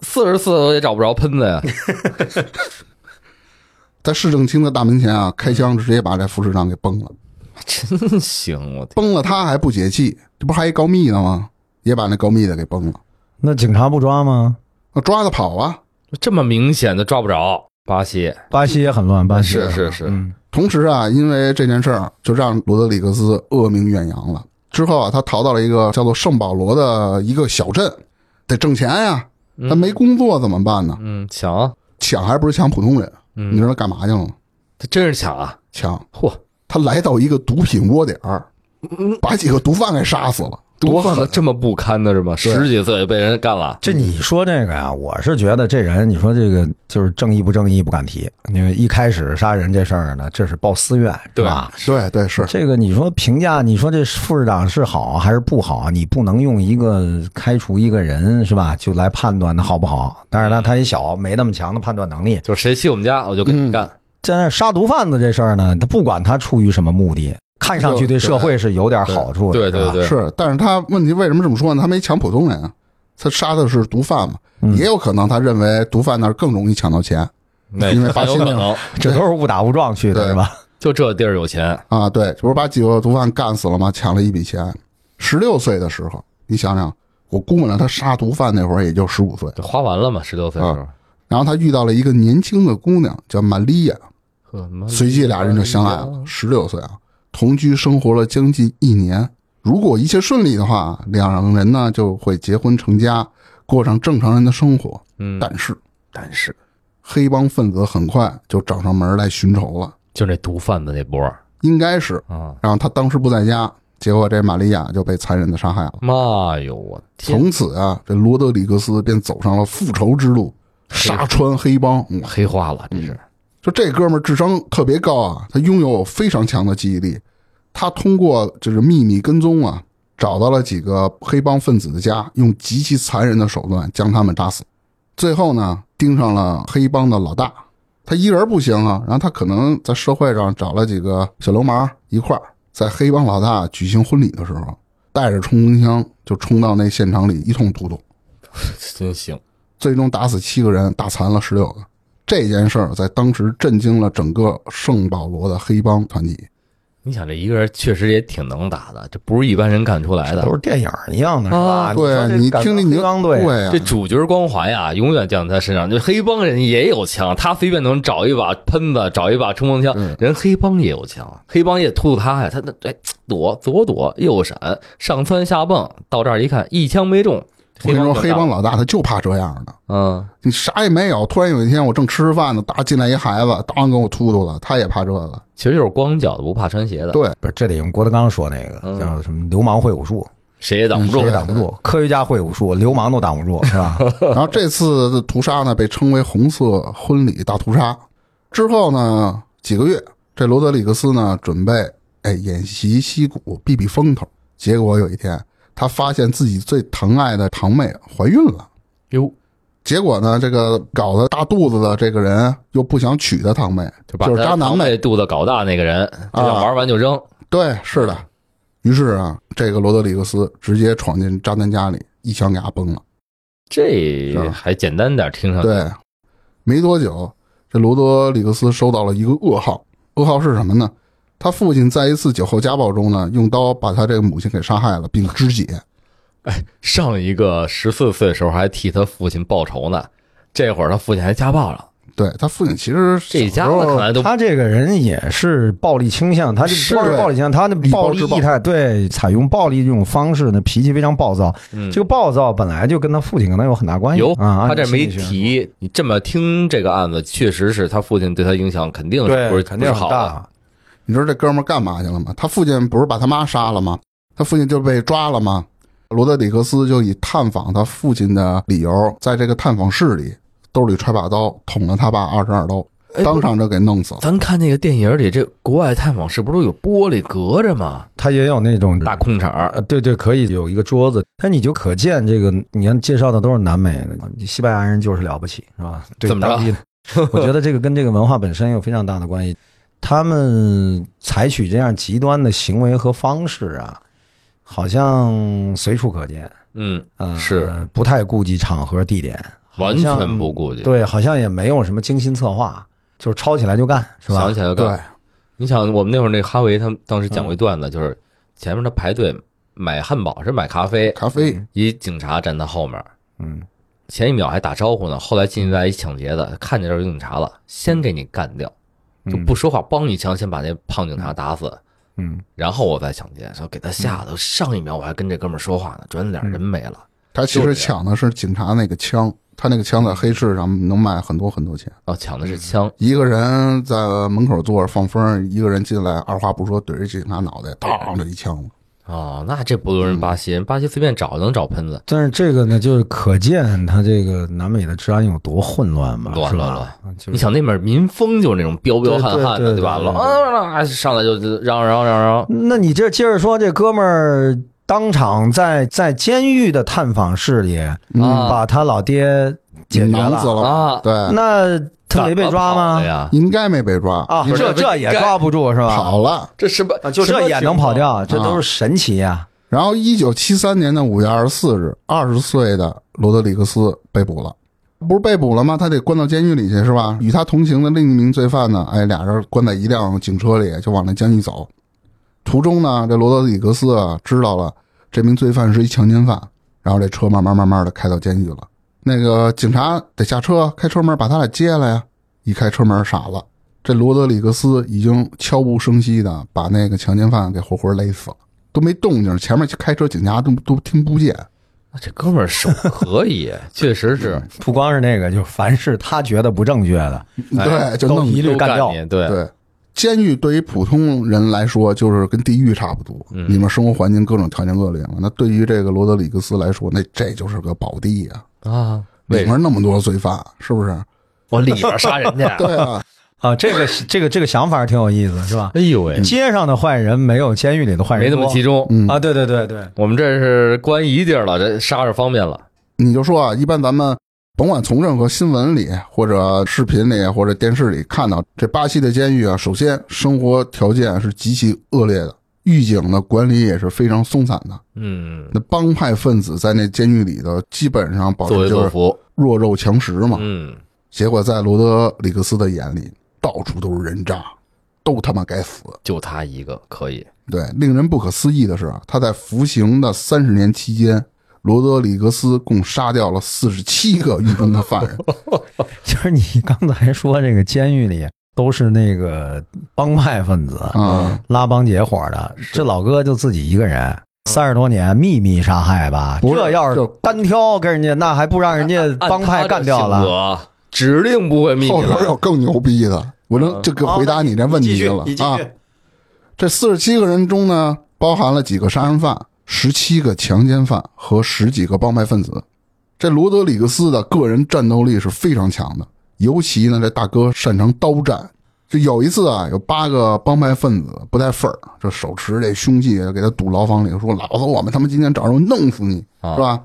Speaker 3: 四十四我也找不着喷子呀，
Speaker 2: 在市政厅的大门前啊开枪，直接把这副市长给崩了。
Speaker 3: 真行，我天，
Speaker 2: 崩了他还不解气，这不还一高密呢吗？也把那高密的给崩了，
Speaker 1: 那警察不抓吗？
Speaker 2: 抓他跑啊！
Speaker 3: 这么明显的抓不着，巴西
Speaker 1: 巴西也很乱，巴西
Speaker 3: 是是是，
Speaker 1: 嗯，
Speaker 2: 同时啊，因为这件事儿，就让罗德里格斯恶名远扬了。之后啊，他逃到了一个叫做圣保罗的一个小镇，得挣钱呀，他没工作怎么办呢？
Speaker 3: 嗯，抢啊，
Speaker 2: 抢还不是抢普通人？你
Speaker 3: 嗯
Speaker 2: 知，道他干嘛去了吗？
Speaker 3: 他真是抢啊，
Speaker 2: 抢！
Speaker 3: 嚯，
Speaker 2: 他来到一个毒品窝点儿，
Speaker 3: 嗯
Speaker 2: 把几个毒贩给杀死了，
Speaker 3: 多
Speaker 2: 狠啊
Speaker 3: 狠，！这么不堪的是吗？
Speaker 2: 对
Speaker 3: 十几岁被人干了，
Speaker 2: 嗯
Speaker 1: 这你说这个呀，我是觉得这人，你说这个就是正义不正义不敢提，因为一开始杀人这事儿呢，这是报私怨，是
Speaker 3: 对
Speaker 1: 吧？
Speaker 2: 对对是，
Speaker 1: 这个你说评价，你说这副市长是好还是不好？你不能用一个开除一个人是吧，就来判断他好不好。但是呢，他也小，没那么强的判断能力。
Speaker 3: 就是谁欺负我们家，我就给
Speaker 2: 嗯
Speaker 3: 你干，
Speaker 1: 但是杀毒贩子这事儿呢，他不管他出于什么目的，看上去对社会是有点好处的，
Speaker 3: 对
Speaker 1: 是
Speaker 3: 对
Speaker 1: 吧
Speaker 3: 对，
Speaker 2: 是，但是他问题为什么这么说呢？他没抢普通人啊，他杀的是毒贩嘛，
Speaker 3: 嗯
Speaker 2: 也有可能他认为毒贩那儿更容易抢到钱
Speaker 3: 那
Speaker 2: 因为巴西
Speaker 3: 很有
Speaker 2: 那
Speaker 3: 可能
Speaker 1: 这都是误打误撞去的
Speaker 2: 对
Speaker 1: 是吧？
Speaker 3: 就这地儿有钱，
Speaker 2: 啊。对，这不是把几个毒贩干死了吗？抢了一笔钱。十六岁的时候，你想想，我估摸着他杀毒贩那会儿也就十五岁，
Speaker 3: 就花完了嘛，十六岁的
Speaker 2: 嗯
Speaker 3: 时候，
Speaker 2: 然后他遇到了一个年轻的姑娘叫玛利亚，
Speaker 3: 呵妈
Speaker 2: 随即俩人就相爱
Speaker 3: 嗯
Speaker 2: 了。十六岁啊，同居生活了将近一年。如果一切顺利的话，两人呢就会结婚成家，过上正常人的生活。
Speaker 3: 嗯，
Speaker 2: 但是，
Speaker 3: 但是
Speaker 2: 黑帮分子很快就找上门来寻仇了，
Speaker 3: 就那毒贩子那波儿
Speaker 2: 应该是。
Speaker 3: 啊，
Speaker 2: 然后他当时不在家，结果这玛利亚就被残忍的杀害了。
Speaker 3: 妈哟，我天，
Speaker 2: 从此啊，这罗德里格斯便走上了复仇之路，杀穿黑帮。嗯，
Speaker 3: 黑化了，这是
Speaker 2: 就这哥们儿智商特别高啊，他拥有非常强的记忆力。他通过就是秘密跟踪啊，找到了几个黑帮分子的家，用极其残忍的手段将他们打死。最后呢，盯上了黑帮的老大。他一人不行啊，然后他可能在社会上找了几个小流氓一块儿，在黑帮老大举行婚礼的时候，带着冲锋枪就冲到那现场里一通突突。
Speaker 3: 真行，
Speaker 2: 最终打死七个人，打残了十六个。这件事儿在当时震惊了整个圣保罗的黑帮团体。
Speaker 3: 你想这一个人确实也挺能打的，这不是一般人干出来的
Speaker 1: 都。是电影儿一样的，是
Speaker 3: 啊
Speaker 1: 吧？
Speaker 2: 对你听听，你就
Speaker 1: 刚队，
Speaker 2: 对呀、啊
Speaker 3: 这主角光环呀，永远降在他身上。就黑帮人也有枪，他随便能找一把喷子，找一把冲锋枪
Speaker 2: 嗯。
Speaker 3: 人黑帮也有枪，黑帮也突突他呀，他那哎躲左躲右闪，上蹿下蹦，到这儿一看一枪没中。
Speaker 2: 我跟你说，
Speaker 3: 就
Speaker 2: 黑
Speaker 3: 炸
Speaker 2: 帮老大他就怕这样的。
Speaker 3: 嗯，
Speaker 2: 你啥也没有，突然有一天我正吃着饭呢，打进来一孩子，当跟我突突了，他也怕这个。
Speaker 3: 其实就是光脚的不怕穿鞋的，
Speaker 2: 对
Speaker 1: 不是这得用郭德纲说那
Speaker 3: 嗯
Speaker 1: 个叫什么“流氓会武术
Speaker 3: 谁也挡不”，住
Speaker 1: 谁也。挡不住，科学家会武术，流氓都挡不住，是吧？
Speaker 2: 然后这次的屠杀呢，被称为红色婚礼大屠杀。之后呢，几个月，这罗德里格斯呢，准备哎演习西谷避避风头。结果有一天，他发现自己最疼爱的堂妹怀孕了。
Speaker 3: 哟，
Speaker 2: 结果呢，这个搞得大肚子的这个人又不想娶她堂妹，
Speaker 3: 就把
Speaker 2: 就是
Speaker 3: 他
Speaker 2: 渣男
Speaker 3: 堂
Speaker 2: 呗。啊
Speaker 3: 妹肚子搞大那个人，就想玩完就扔。
Speaker 2: 对，是的。于是啊，这个罗德里格斯直接闯进渣男家里，一枪给他崩了。
Speaker 3: 这还简单点，听上去
Speaker 2: 啊对，没多久，这罗德里格斯收到了一个噩耗，噩耗是什么呢？他父亲在一次酒后家暴中呢，用刀把他这个母亲给杀害了，并肢解。
Speaker 3: 上一个十四岁的时候还替他父亲报仇呢，这会儿他父亲还家暴了，
Speaker 2: 对他父亲其实小
Speaker 3: 这家
Speaker 2: 时
Speaker 3: 伙
Speaker 2: 候
Speaker 3: 看来都
Speaker 1: 他这个人也是暴力倾向，他这
Speaker 2: 是
Speaker 1: 不光是暴力倾向，他的暴力
Speaker 2: 以暴制暴
Speaker 1: 意态，对，采用暴力这种方式呢，脾气非常暴躁。
Speaker 3: 嗯
Speaker 1: 这个暴躁本来就跟他父亲可能有很大关系
Speaker 3: 有。
Speaker 1: 啊，
Speaker 3: 他这
Speaker 1: 按
Speaker 3: 没
Speaker 1: 心理学。
Speaker 3: 提，你这么听这个案子，确实是他父亲对他影响肯定是不
Speaker 1: 对，
Speaker 3: 是
Speaker 1: 肯定
Speaker 3: 不是
Speaker 1: 很
Speaker 3: 好的。
Speaker 1: 大。
Speaker 2: 你知道这哥们儿干嘛去了吗？他父亲不是把他妈杀了吗？他父亲就被抓了吗？罗德里格斯就以探访他父亲的理由，在这个探访室里兜里揣把刀，捅了他爸二十二刀，
Speaker 3: 哎
Speaker 2: 当场就给弄死了。
Speaker 3: 咱看那个电影里，这国外探访是不是都有玻璃隔着吗？
Speaker 1: 他也有那种
Speaker 3: 大空场儿，
Speaker 1: 呃，对对，可以有一个桌子，那你就可见这个，你看介绍的都是南美的，西班牙人就是了不起，是吧？对
Speaker 3: 怎么着
Speaker 1: 当地的，我觉得这个跟这个文化本身有非常大的关系。他们采取这样极端的行为和方式啊，好像随处可见，
Speaker 3: 嗯，
Speaker 1: 呃，
Speaker 3: 是
Speaker 1: 不太顾及场合地点，
Speaker 3: 完全不顾忌。
Speaker 1: 对，好像也没有什么精心策划，就是抄起来就干，是吧嗯
Speaker 3: 想？起来就干
Speaker 2: 对，
Speaker 3: 你想，我们那会儿那哈维他们当时讲过一段子，就是前面他排队买汉堡是买咖啡，
Speaker 2: 咖啡，
Speaker 3: 一警察站他后面，
Speaker 1: 嗯，
Speaker 3: 前一秒还打招呼呢，后来进来一抢劫的，看见这有警察了，先给你干掉，就不说话，帮一枪先把那胖警察打死，
Speaker 1: 嗯，
Speaker 3: 然后我再抢劫，说给他吓得，上一秒我还跟这哥们儿说话呢，转
Speaker 1: 嗯
Speaker 3: 脸人没了。
Speaker 2: 他其实抢的是警察那个枪，他那个枪在黑市上能卖很多很多钱。
Speaker 3: 哦，抢的
Speaker 1: 嗯
Speaker 3: 是枪，
Speaker 2: 一个人在门口坐着放风，一个人进来，二话不说怼着警察脑袋，当就一枪。
Speaker 3: 哦，那这不如
Speaker 1: 嗯
Speaker 3: 人巴西，人巴西随便找能找喷子，
Speaker 1: 但是这个呢，就是可见他这个南美的治安有多混乱吧？
Speaker 3: 乱
Speaker 1: 是
Speaker 3: 乱
Speaker 1: 吧？就是
Speaker 3: 你想那边民风就是那种彪彪悍悍的，
Speaker 1: 对对对
Speaker 3: 吧？
Speaker 1: 对
Speaker 3: 老
Speaker 1: 对
Speaker 3: 啊上来就嚷嚷嚷嚷嚷，
Speaker 1: 那你这接着说，这哥们儿当场在在监狱的探访室里，
Speaker 3: 啊
Speaker 1: 把他老爹解决
Speaker 2: 难死
Speaker 1: 了，
Speaker 2: 嗯了，
Speaker 3: 啊，
Speaker 2: 对，
Speaker 1: 那他没嗯被抓
Speaker 3: 怎么跑的
Speaker 1: 吗？
Speaker 3: 呀，
Speaker 2: 应该没被抓，
Speaker 1: 啊，
Speaker 3: 不是
Speaker 1: 这这也抓不住是吧？
Speaker 2: 跑了。
Speaker 3: 这什么啊
Speaker 1: 啊就这也能跑？掉，这都是神奇啊呀！
Speaker 2: 然后，一九七三年的五月二十四日，二十岁的罗德里格斯被捕了。不是被捕了吗？他得关到监狱里去是吧？与他同行的另一名罪犯呢？哎，俩人关在一辆警车里，就往那监狱走。途中呢，这罗德里格斯啊知道了这名罪犯是一强奸犯，然后这车慢慢慢慢的开到监狱了。那个警察得下车开车门把他俩接来呀，一开车门傻了，这罗德里格斯已经悄无声息的把那个强奸犯给活活勒死了。都没动静，前面开车警察都都听不见。
Speaker 3: 啊这哥们儿手可 以，确实是，
Speaker 1: 不光是那个，就凡是他觉得不正确的，
Speaker 2: 对，就
Speaker 1: 嗯都
Speaker 2: 弄
Speaker 1: 一律
Speaker 3: 都
Speaker 1: 干掉。
Speaker 3: 你，对，
Speaker 2: 对。监狱对于普通人来说，就是跟地狱差不多，你们生活环境各种条件恶劣嘛。那对于这个罗德里格斯来说，那这就是个宝地呀、
Speaker 3: 啊，
Speaker 2: 里
Speaker 3: 为什
Speaker 2: 面那么多罪犯，是不是？
Speaker 3: 我里边杀人去。
Speaker 2: 对啊，
Speaker 1: 啊，这个这个这个想法挺有意思，是吧？
Speaker 3: 哎呦喂，
Speaker 1: 街上的坏人没有监狱里的坏
Speaker 3: 没
Speaker 1: 人
Speaker 3: 那
Speaker 1: 多
Speaker 3: 么集中。
Speaker 2: 嗯
Speaker 1: 啊，对对对 对，
Speaker 3: 我们这是关一地儿了，这杀着方便了。
Speaker 2: 你就说啊，一般咱们甭管从任何新闻里或者视频里或者电视里看到，这巴西的监狱啊，首先生活条件是极其恶劣的，狱警的管理也是非常松散的。
Speaker 3: 嗯，
Speaker 2: 那帮派分子在那监狱里头，基本上保
Speaker 3: 作威
Speaker 2: 持就
Speaker 3: 作
Speaker 2: 是
Speaker 3: 福。
Speaker 2: 弱肉强食嘛。
Speaker 3: 嗯，
Speaker 2: 结果在罗德里格斯的眼里，到处都是人渣，都他妈该死。
Speaker 3: 就他一个可以。
Speaker 2: 对，令人不可思议的是啊，他在服刑的三十年期间，罗德里格斯共杀掉了四十七个狱中的犯 人。
Speaker 1: 就是你刚才说这个监狱里都是那个帮派分子，
Speaker 2: 啊，
Speaker 1: 拉帮结伙的，这老哥就自己一个人。三十多年秘密杀害吧，
Speaker 2: 不是
Speaker 1: 这要是
Speaker 2: 就
Speaker 1: 单挑跟人家，那还不让人家帮派干掉了？
Speaker 3: 了，指定不会秘
Speaker 2: 后
Speaker 3: 密
Speaker 2: 边有
Speaker 3: 了。嗯
Speaker 2: 更牛逼的，我能这个回答你这问题了啊。这四十七个人中呢，包含了几个杀人犯、十七个强奸犯和十几个帮派分子。这罗德里格斯的个人战斗力是非常强的，尤其呢，这大哥擅长刀战。就有一次啊，有八个帮派分子不带份儿，就手持这凶器给他堵牢房里，说：“老子我们他妈今天找人弄死你，
Speaker 3: 啊
Speaker 2: 是吧？”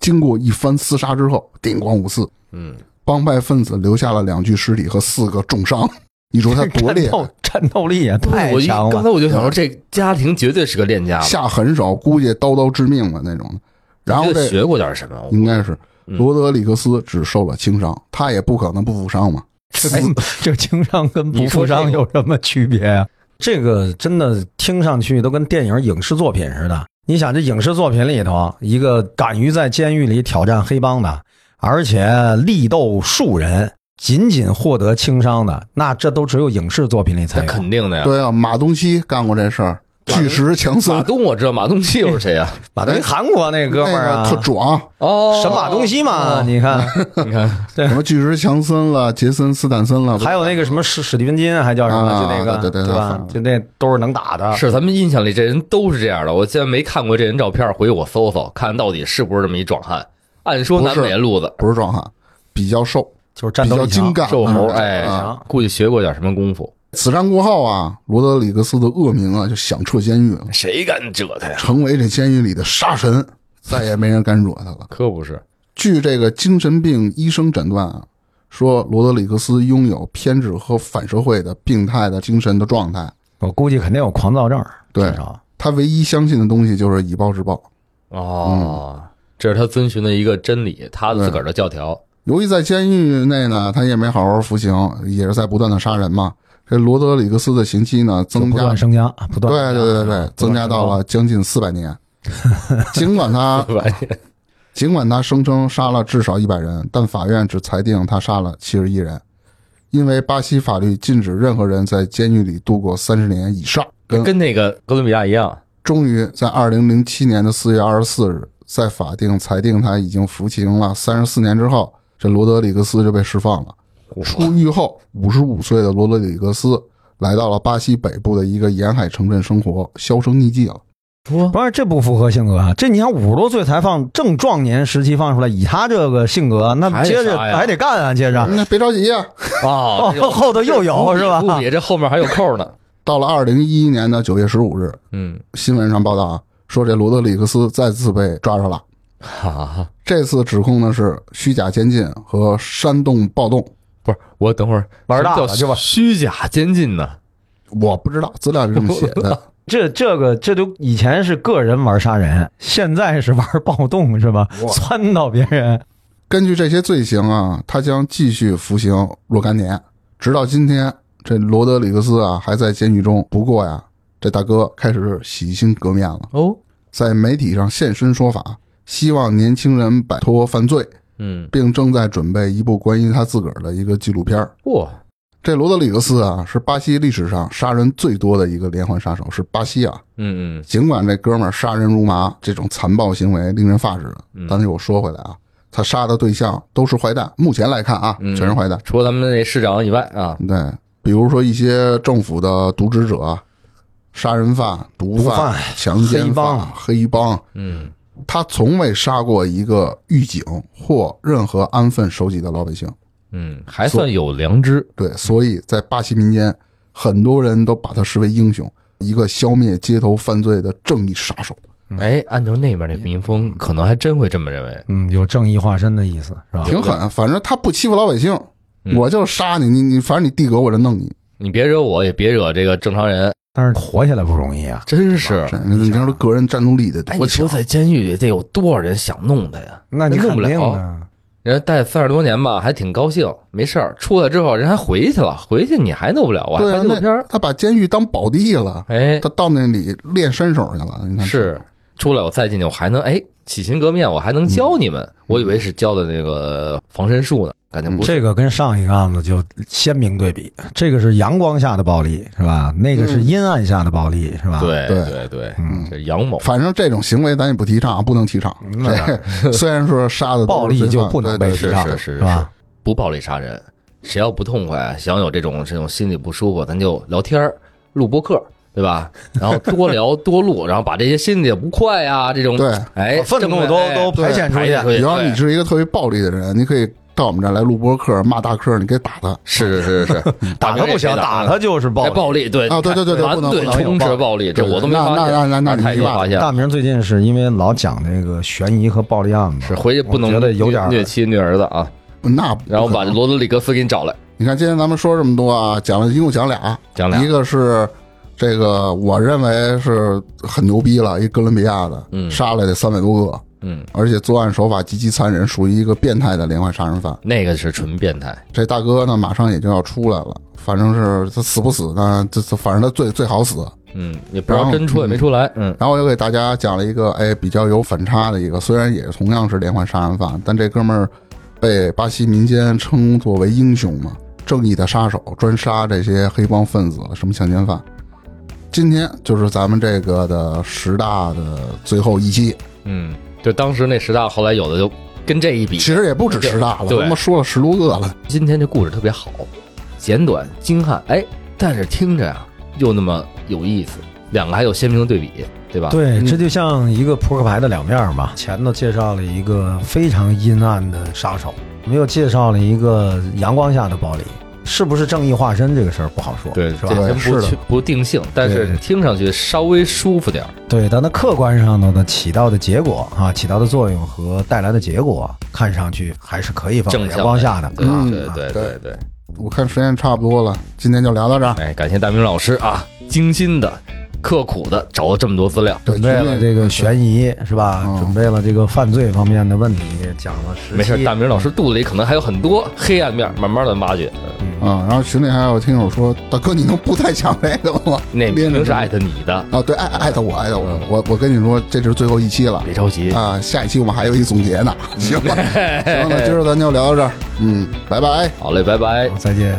Speaker 2: 经过一番厮杀之后，电光五四，
Speaker 3: 嗯，
Speaker 2: 帮派分子留下了两具尸体和四个重伤。你说他多
Speaker 1: 战
Speaker 2: 厉害？
Speaker 1: 斗战斗力也太
Speaker 3: 我一
Speaker 1: 强
Speaker 3: 刚
Speaker 1: 了
Speaker 3: 才我就想说，这家庭绝对是个练家
Speaker 1: 啊
Speaker 3: 子，
Speaker 2: 下狠手，估计刀刀致命的那种的。然后
Speaker 3: 绝对
Speaker 2: 这
Speaker 3: 学过点什么。
Speaker 2: 应该是
Speaker 3: 嗯
Speaker 2: 罗德里格斯只受了轻伤，他也不可能不负伤嘛。
Speaker 1: 哎，这情商跟不负伤有什么区别呀、这个真的听上去都跟电影影视作品似的。你想，这影视作品里头，一个敢于在监狱里挑战黑帮的，而且力斗数人，仅仅获得轻伤的，那这都只有影视作品里才
Speaker 3: 那
Speaker 1: 有。
Speaker 3: 肯定的呀。
Speaker 2: 对啊，马东锡干过这事儿，巨石强
Speaker 3: 马
Speaker 2: 森，
Speaker 3: 东我知道，马东锡又是谁呀？啊
Speaker 1: 马东锡韩国那哥们儿
Speaker 2: 那
Speaker 1: 啊
Speaker 2: 个，特壮，
Speaker 3: 哦
Speaker 1: 嗯神马东锡嘛，
Speaker 3: 哦
Speaker 1: 你看，
Speaker 3: 你看，
Speaker 2: 什么巨石强森了，杰森斯坦森了，
Speaker 1: 还有那个什么史史蒂芬金，还叫什么，
Speaker 2: 啊
Speaker 1: 就那个，
Speaker 2: 对对对
Speaker 1: 吧？就那都是能打的。
Speaker 3: 是咱们印象里这人都是这样的。我既然没看过这人照片，回去我搜搜，看到底是不是这么一壮汉。按说南
Speaker 2: 不是
Speaker 3: 美路子
Speaker 2: 不是壮汉，比较瘦，
Speaker 1: 就是战
Speaker 2: 比
Speaker 1: 斗
Speaker 2: 较
Speaker 1: 力强
Speaker 2: 精干，
Speaker 3: 瘦猴，
Speaker 2: 嗯
Speaker 3: 哎
Speaker 2: 啊，
Speaker 1: 啊，
Speaker 3: 估计学过点什么功夫。
Speaker 2: 此战过后啊，罗德里格斯的恶名啊就响彻监狱了，
Speaker 3: 谁敢惹他呀？
Speaker 2: 成为这监狱里的杀神，再也没人敢惹他了。
Speaker 3: 可不是，
Speaker 2: 据这个精神病医生诊断啊，说罗德里格斯拥有偏执和反社会的病态的精神的状态。
Speaker 1: 我估计肯定有狂躁症，
Speaker 2: 对
Speaker 1: 至少
Speaker 2: 他唯一相信的东西就是以暴制暴。
Speaker 3: 哦，这是他遵循的一个真理，他自个儿的教条。
Speaker 2: 由于在监狱内呢，他也没好好服刑，也是在不断的杀人嘛。这罗德里格斯的刑期呢，增
Speaker 1: 不
Speaker 2: 加
Speaker 1: 断，升加，不断
Speaker 2: 对对对对，增加到
Speaker 1: 了。
Speaker 2: 了将近四百 年。尽管他
Speaker 3: 对吧？
Speaker 2: 尽管他声称杀了至少一百人，但法院只裁定他杀了七十一人，因为巴西法律禁止任何人在监狱里度过三十年以上。跟
Speaker 3: 跟那个哥伦比亚一样，
Speaker 2: 终于在二零零七年的四月二十四日，在法定裁定他已经服刑了三十四年之后，这罗德里格斯就被释放了。出狱后，五十五岁的罗德里格斯来到了巴西北部的一个沿海城镇生活，销声匿迹了。
Speaker 3: 不
Speaker 1: 不是，这不符合性格啊！这你看五十多岁才放，正壮年时期放出来，以他这个性格，那
Speaker 3: 还得
Speaker 1: 接着
Speaker 3: 杀呀
Speaker 1: 还得干啊！接着，
Speaker 2: 那哎别着急呀、
Speaker 3: 啊，
Speaker 1: 哦，后头 又有是吧？
Speaker 3: 不比这后面还有扣呢。
Speaker 2: 到了二零一一年的九月十五日，
Speaker 3: 嗯，
Speaker 2: 新闻上报道啊，说这罗德里格斯再次被抓着了。
Speaker 3: 嗯哈，
Speaker 2: 这次指控呢是虚假监禁和煽动暴动，
Speaker 3: 不是，我等会儿
Speaker 1: 玩大了
Speaker 3: 什么叫虚假监禁呢？
Speaker 2: 我不知道资料是这么写的。
Speaker 1: 这这个这都以前是个人玩杀人，现在是玩暴动是吧？窜到别人，
Speaker 2: 根据这些罪行啊，他将继续服刑若干年，直到今天，这罗德里格斯啊还在监狱中。不过呀，这大哥开始洗心革面了，
Speaker 3: 哦，
Speaker 2: 在媒体上现身说法，希望年轻人摆脱犯罪，
Speaker 3: 嗯，
Speaker 2: 并正在准备一部关于他自个儿的一个纪录片儿。
Speaker 3: 哇，
Speaker 2: 这罗德里格斯啊，是巴西历史上杀人最多的一个连环杀手，是巴西啊。
Speaker 3: 嗯嗯，
Speaker 2: 尽管这哥们儿杀人如麻，这种残暴行为令人发指。
Speaker 1: 嗯
Speaker 2: 但是我说回来啊，他杀的对象都是坏蛋，目前来看啊，
Speaker 3: 嗯
Speaker 2: 全是坏蛋。
Speaker 3: 除了咱们那市长以外啊，
Speaker 2: 对，比如说一些政府的渎职者、杀人犯、毒
Speaker 1: 毒贩
Speaker 2: 强奸
Speaker 1: 黑帮
Speaker 2: 犯、黑帮，
Speaker 3: 嗯，
Speaker 2: 他从未杀过一个狱警或任何安分守己的老百姓。
Speaker 3: 嗯，还算有良知。
Speaker 2: 对，所以在巴西民间，很多人都把他视为英雄，一个消灭街头犯罪的正义杀手。
Speaker 3: 哎，按照那边那民风，可能还真会这么认为。
Speaker 1: 嗯，有正义化身的意思是吧？
Speaker 2: 挺狠，反正他不欺负老百姓，我就杀你，你你反正你地格我就弄你，
Speaker 3: 你别惹我，也别惹这个正常人，
Speaker 1: 但是活下来不容易啊。
Speaker 3: 真是。
Speaker 2: 真你知道这个人战斗力得
Speaker 3: 哎，
Speaker 2: 多
Speaker 3: 你说
Speaker 2: 强？
Speaker 3: 在监狱里得有多少人想弄他呀？
Speaker 1: 那你
Speaker 3: 弄
Speaker 1: 肯
Speaker 3: 不
Speaker 1: 定
Speaker 3: 了。
Speaker 1: 啊，
Speaker 3: 人家待三十多年吧，还挺高兴，没事儿。出来之后，人还回去了，回去你还弄不了，我还
Speaker 2: 对
Speaker 3: 拍
Speaker 2: 啊
Speaker 3: 纪，录片
Speaker 2: 那
Speaker 3: 儿。
Speaker 2: 他把监狱当宝地了，
Speaker 3: 哎，
Speaker 2: 他到那里练身手去了。你看
Speaker 3: 是出来我再进去，我还能哎洗心革面，我还能教你们。我以为是教的那个防身术呢，感觉不是。
Speaker 1: 这个跟上一个案子就鲜明对比，这个是阳光下的暴力是吧？那个是阴暗下的暴力是
Speaker 3: 嗯
Speaker 1: 吧？，
Speaker 3: 啊对嗯
Speaker 2: 对
Speaker 3: 对对，这杨某
Speaker 2: 反正这种行为咱也不提倡，啊不能提倡。
Speaker 1: 那当然
Speaker 2: 这虽然说杀的
Speaker 1: 暴力就不能被
Speaker 3: 是
Speaker 1: 提
Speaker 2: 对
Speaker 1: 倡
Speaker 3: 是是
Speaker 1: 是
Speaker 3: 是
Speaker 1: 吧？
Speaker 3: 不暴力杀人，谁要不痛快，想有这种这种心里不舒服，咱就聊天儿，录播客，对吧？然后多聊多录，然后把这些心里的不快啊，这种
Speaker 2: 对
Speaker 3: 哎
Speaker 1: 愤
Speaker 3: 正
Speaker 1: 怒
Speaker 3: 面
Speaker 1: 都
Speaker 3: 哎
Speaker 1: 都
Speaker 2: 对
Speaker 1: 排遣出
Speaker 3: 排
Speaker 1: 去
Speaker 3: 遣。出去
Speaker 2: 对只要
Speaker 3: 对
Speaker 2: 你是一个特别暴力的人，你可以到我们这儿来录播客，骂大客，你可以打他。
Speaker 3: 是是是是，
Speaker 1: 打他不行，打他就是暴
Speaker 3: 哎
Speaker 1: 力。
Speaker 3: 暴力对
Speaker 2: 啊对对对对
Speaker 3: 反
Speaker 2: 不能
Speaker 3: 对
Speaker 2: 不能有
Speaker 3: 充斥暴力，这
Speaker 2: 对对
Speaker 3: 我都没
Speaker 2: 那
Speaker 3: 发
Speaker 2: 那
Speaker 3: 现，
Speaker 2: 那那那你
Speaker 3: 太
Speaker 2: 没
Speaker 3: 有
Speaker 2: 办法
Speaker 3: 发现了。
Speaker 1: 大明最近是因为老讲那个悬疑和暴力案子，
Speaker 3: 是回去不能
Speaker 1: 我觉得有点儿
Speaker 3: 虐妻虐儿子啊，
Speaker 2: 那不
Speaker 3: 然后把
Speaker 2: 可能
Speaker 3: 罗德里格斯给你找来，
Speaker 2: 你看今天咱们说这么多啊，讲了一共讲俩，
Speaker 3: 讲俩
Speaker 2: 一个是这个我认为是很牛逼了，一哥伦比亚的，
Speaker 3: 嗯
Speaker 2: 杀了得三百多个，
Speaker 3: 嗯，
Speaker 2: 而且作案手法极其残忍，属于一个变态的连环杀人犯。
Speaker 3: 那个是纯变态，
Speaker 2: 这大哥呢，马上也就要出来了，反正是他死不死呢，这这反正他最最好死。
Speaker 3: 嗯，也不知道
Speaker 2: 然后
Speaker 3: 真出来没出来，嗯，
Speaker 2: 然后我又给大家讲了一个，哎，比较有反差的一个，虽然也同样是连环杀人犯，但这哥们儿被巴西民间称作为英雄嘛，正义的杀手，专杀这些黑帮分子，什么强奸犯。今天就是咱们这个的十大的最后一期，
Speaker 3: 嗯，就当时那十大，后来有的就跟这一比，
Speaker 2: 其实也不止十大了，
Speaker 3: 对
Speaker 2: 他妈说了十多个了。
Speaker 3: 今天这故事特别好，简短精悍，哎，但是听着呀又那么有意思，两个还有鲜明的对比，对吧？
Speaker 1: 对，这就像一个扑克牌的两面儿
Speaker 3: 嗯
Speaker 1: 嘛。前头介绍了一个非常阴暗的杀手，我们又介绍了一个阳光下的暴力，是不是正义化身这个事儿不好说，
Speaker 3: 对，
Speaker 1: 是
Speaker 3: 这
Speaker 1: 吧？
Speaker 3: 先不
Speaker 2: 是的
Speaker 3: 去不定性，但是
Speaker 1: 对
Speaker 3: 听上去稍微舒服点儿，
Speaker 1: 对，但它客观上呢，它起到的结果啊，起到的作用和带来的结果，看上去还是可以放在
Speaker 3: 正向
Speaker 1: 阳光下的，
Speaker 3: 对
Speaker 1: 啊
Speaker 3: 对
Speaker 1: 啊
Speaker 3: 对对对，
Speaker 2: 我看时间差不多了，今天就聊到这儿。
Speaker 3: 哎，感谢大明老师啊，精心的、刻苦的找了这么多资料。
Speaker 2: 对
Speaker 1: 准备了这个悬疑是吧？
Speaker 2: 嗯
Speaker 1: 准备了这个犯罪方面的问题，讲了十
Speaker 3: 没事
Speaker 1: 期，
Speaker 3: 大明老师肚子里可能还有很多黑暗面，慢慢的挖掘。
Speaker 2: 啊、然后群里还有听友说，大哥你能不再讲这个吗？
Speaker 3: 那
Speaker 2: 连着
Speaker 3: 明是
Speaker 2: 说
Speaker 3: 艾特你的，
Speaker 2: 啊，对，艾艾特我，艾特我，我我跟你说，这是最后一期了
Speaker 3: 别着急。
Speaker 2: 啊，下一期我们还有一总结呢。行吧，行了，今儿咱就聊到这儿，嗯，拜拜。
Speaker 3: 好嘞，拜拜。
Speaker 1: 再见。